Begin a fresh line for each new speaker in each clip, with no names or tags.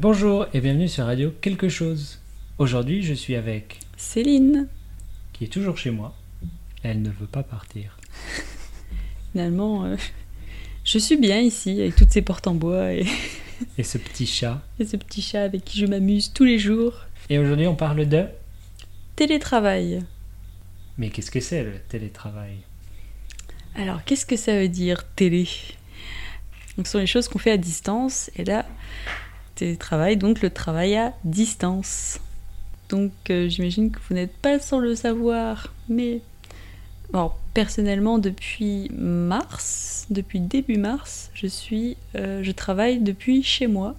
Bonjour et bienvenue sur Radio Quelque chose. Aujourd'hui, je suis avec
Céline.
qui est toujours chez moi. Elle ne veut pas partir.
Finalement, euh, je suis bien ici avec toutes ces portes en bois et,
Et ce petit chat.
et ce petit chat avec qui je m'amuse tous les jours.
Et aujourd'hui, on parle de.
Télétravail.
Mais qu'est-ce que c'est le télétravail
Alors, qu'est-ce que ça veut dire télé Donc, ce sont les choses qu'on fait à distance. Et là, télétravail, donc le travail à distance. Donc, euh, j'imagine que vous n'êtes pas sans le savoir, mais. Bon, personnellement, depuis mars, depuis début mars, je, suis, euh, je travaille depuis chez moi,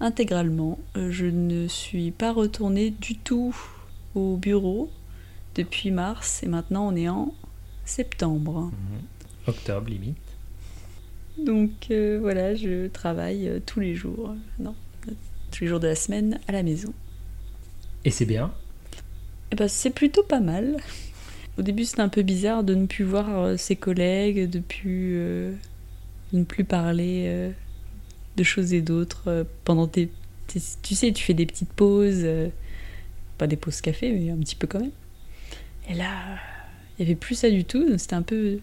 intégralement. Euh, je ne suis pas retournée du tout au bureau depuis mars, et maintenant on est en septembre.
Octobre, limite.
Donc euh, voilà, je travaille euh, tous les jours, euh, non, euh, tous les jours de la semaine à la maison.
Et c'est bien.
Et ben c'est plutôt pas mal. Au début c'était un peu bizarre de ne plus voir euh, ses collègues, de, plus, euh, de ne plus parler euh, de choses et d'autres euh, pendant tes, tes- Tu sais, tu fais des petites pauses, euh, pas des pauses café, mais un petit peu quand même. Et là, euh, il n'y avait plus ça du tout, donc c'était un peu...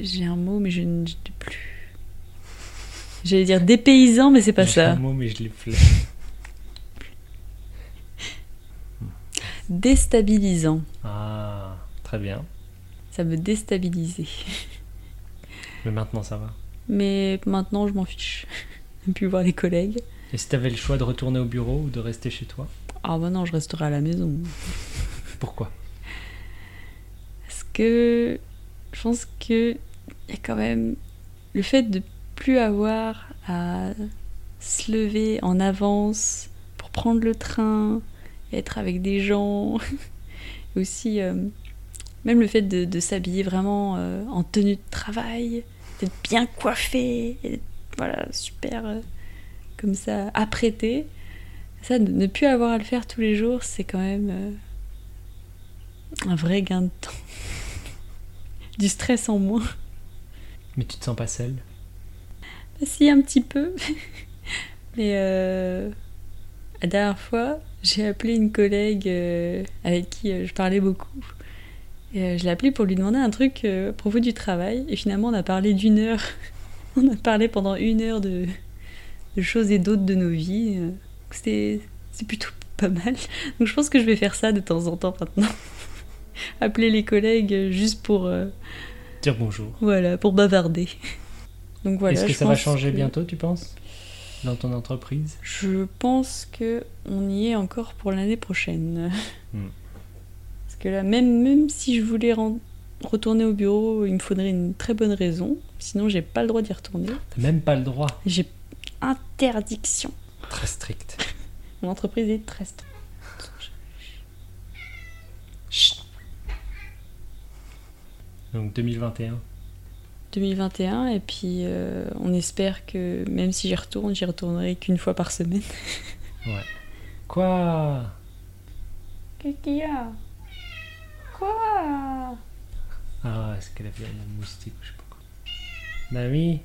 J'ai un mot, mais je ne je n'ai plus. J'allais dire dépaysant, mais c'est pas
J'ai
ça.
un mot, mais je l'ai flé-
Déstabilisant.
Ah, très bien.
Ça me déstabilisait.
Mais maintenant, ça va.
Mais maintenant, je m'en fiche. Je plus voir les collègues.
Et si t'avais le choix de retourner au bureau ou de rester chez toi
Ah bah non, je resterai à la maison.
Pourquoi
Parce que je pense que il y a quand même le fait de plus avoir à se lever en avance pour prendre le train, être avec des gens. Et aussi, euh, même le fait de, de s'habiller vraiment euh, en tenue de travail, d'être bien coiffé, et voilà, super euh, comme ça, apprêté. Ça, ne ne plus avoir à le faire tous les jours, c'est quand même euh, un vrai gain de temps. du stress en moins.
Mais tu te sens pas seule
Si, un petit peu. Mais euh, la dernière fois, j'ai appelé une collègue euh, avec qui euh, je parlais beaucoup. Et, euh, je l'ai appelée pour lui demander un truc euh, à propos du travail. Et finalement, on a parlé d'une heure. on a parlé pendant une heure de, de choses et d'autres de nos vies. Euh, C'était c'est plutôt pas mal. Donc je pense que je vais faire ça de temps en temps maintenant. appeler les collègues euh, juste pour, euh,
Dire bonjour.
voilà, pour bavarder. Donc voilà,
Est-ce que
je
ça va
pense
changer
que-
bientôt, tu penses Dans ton entreprise
Je pense que on y est encore pour l'année prochaine.
Hmm.
Parce que là, même, même si je voulais ren- retourner au bureau, il me faudrait une très bonne raison. Sinon, j'ai pas le droit d'y retourner.
T'as même pas le droit.
J'ai interdiction.
Très strict.
Mon entreprise est très stricte.
Chut. Donc 2021.
2021, et puis euh, on espère que même si j'y retourne, j'y retournerai qu'une fois par semaine.
Quoi
Qu'est-ce qu'il y a Quoi
Ah, est-ce qu'elle avait un moustique ou je sais pas quoi Bah oui,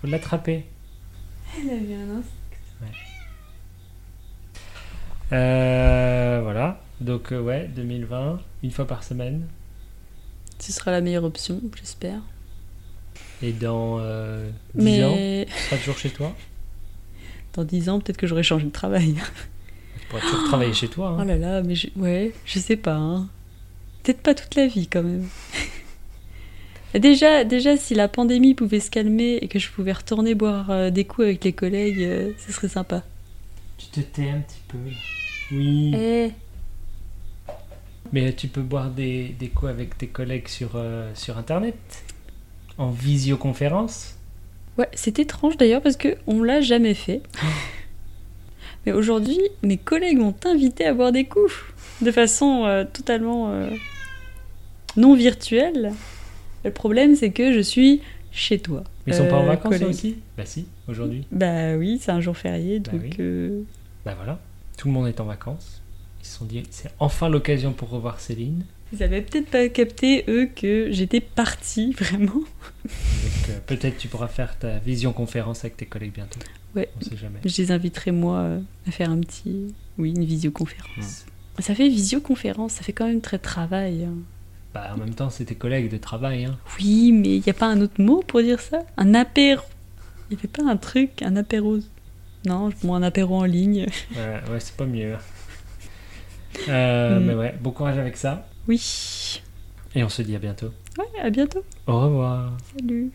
faut l'attraper.
Elle a vu un
Euh, voilà. Donc euh, ouais, 2020, une fois par semaine.
Ce sera la meilleure option, j'espère.
Et dans euh, 10 ans,
Mais
tu seras toujours chez toi.
dans 10 ans, peut-être que j'aurai changé de travail.
Tu pourras toujours travailler chez toi. hein.
Oh là là, mais je... ouais, je sais pas. hein. Peut-être pas toute la vie quand même. déjà, déjà, si la pandémie pouvait se calmer et que je pouvais retourner boire euh, des coups avec les collègues, euh, ce serait sympa.
Tu te tais un petit peu. là. Oui.
Eh,
Mais tu peux boire des, des coups avec tes collègues sur, euh, sur Internet En visioconférence
Ouais, c'est étrange d'ailleurs parce que on l'a jamais fait. mais aujourd'hui, mes collègues m'ont invité à boire des coups de façon euh, totalement euh, non virtuelle. Le problème, c'est que je suis chez toi.
Mais ils sont pas en
Euh,
vacances eux
collègues.
aussi Bah si, aujourd'hui.
Bah oui, c'est un jour férié,
Bah
donc.
oui.
euh,
Bah voilà, tout le monde est en vacances. Ils se sont dit, c'est enfin l'occasion pour revoir Céline.
Ils avaient peut-être pas capté, eux, que j'étais partie, vraiment.
Donc euh, peut-être tu pourras faire ta vision conférence avec tes collègues bientôt.
Ouais.
On sait jamais.
Je les inviterai moi euh, à faire un petit, oui, une
Mmh.
visioconférence. Ça fait visioconférence, ça fait quand même très travail. hein.
Bah, en même temps, c'est tes collègues de travail. Hein.
Oui, mais il n'y a pas un autre mot pour dire ça Un apéro. Il n'y avait pas un truc, un apéro. Non, bon, un apéro en ligne.
Ouais, ouais, c'est pas mieux. Euh,
Mm.
Mais ouais, bon courage avec ça.
Oui.
Et on se dit à bientôt.
Ouais, à bientôt.
Au revoir.
Salut.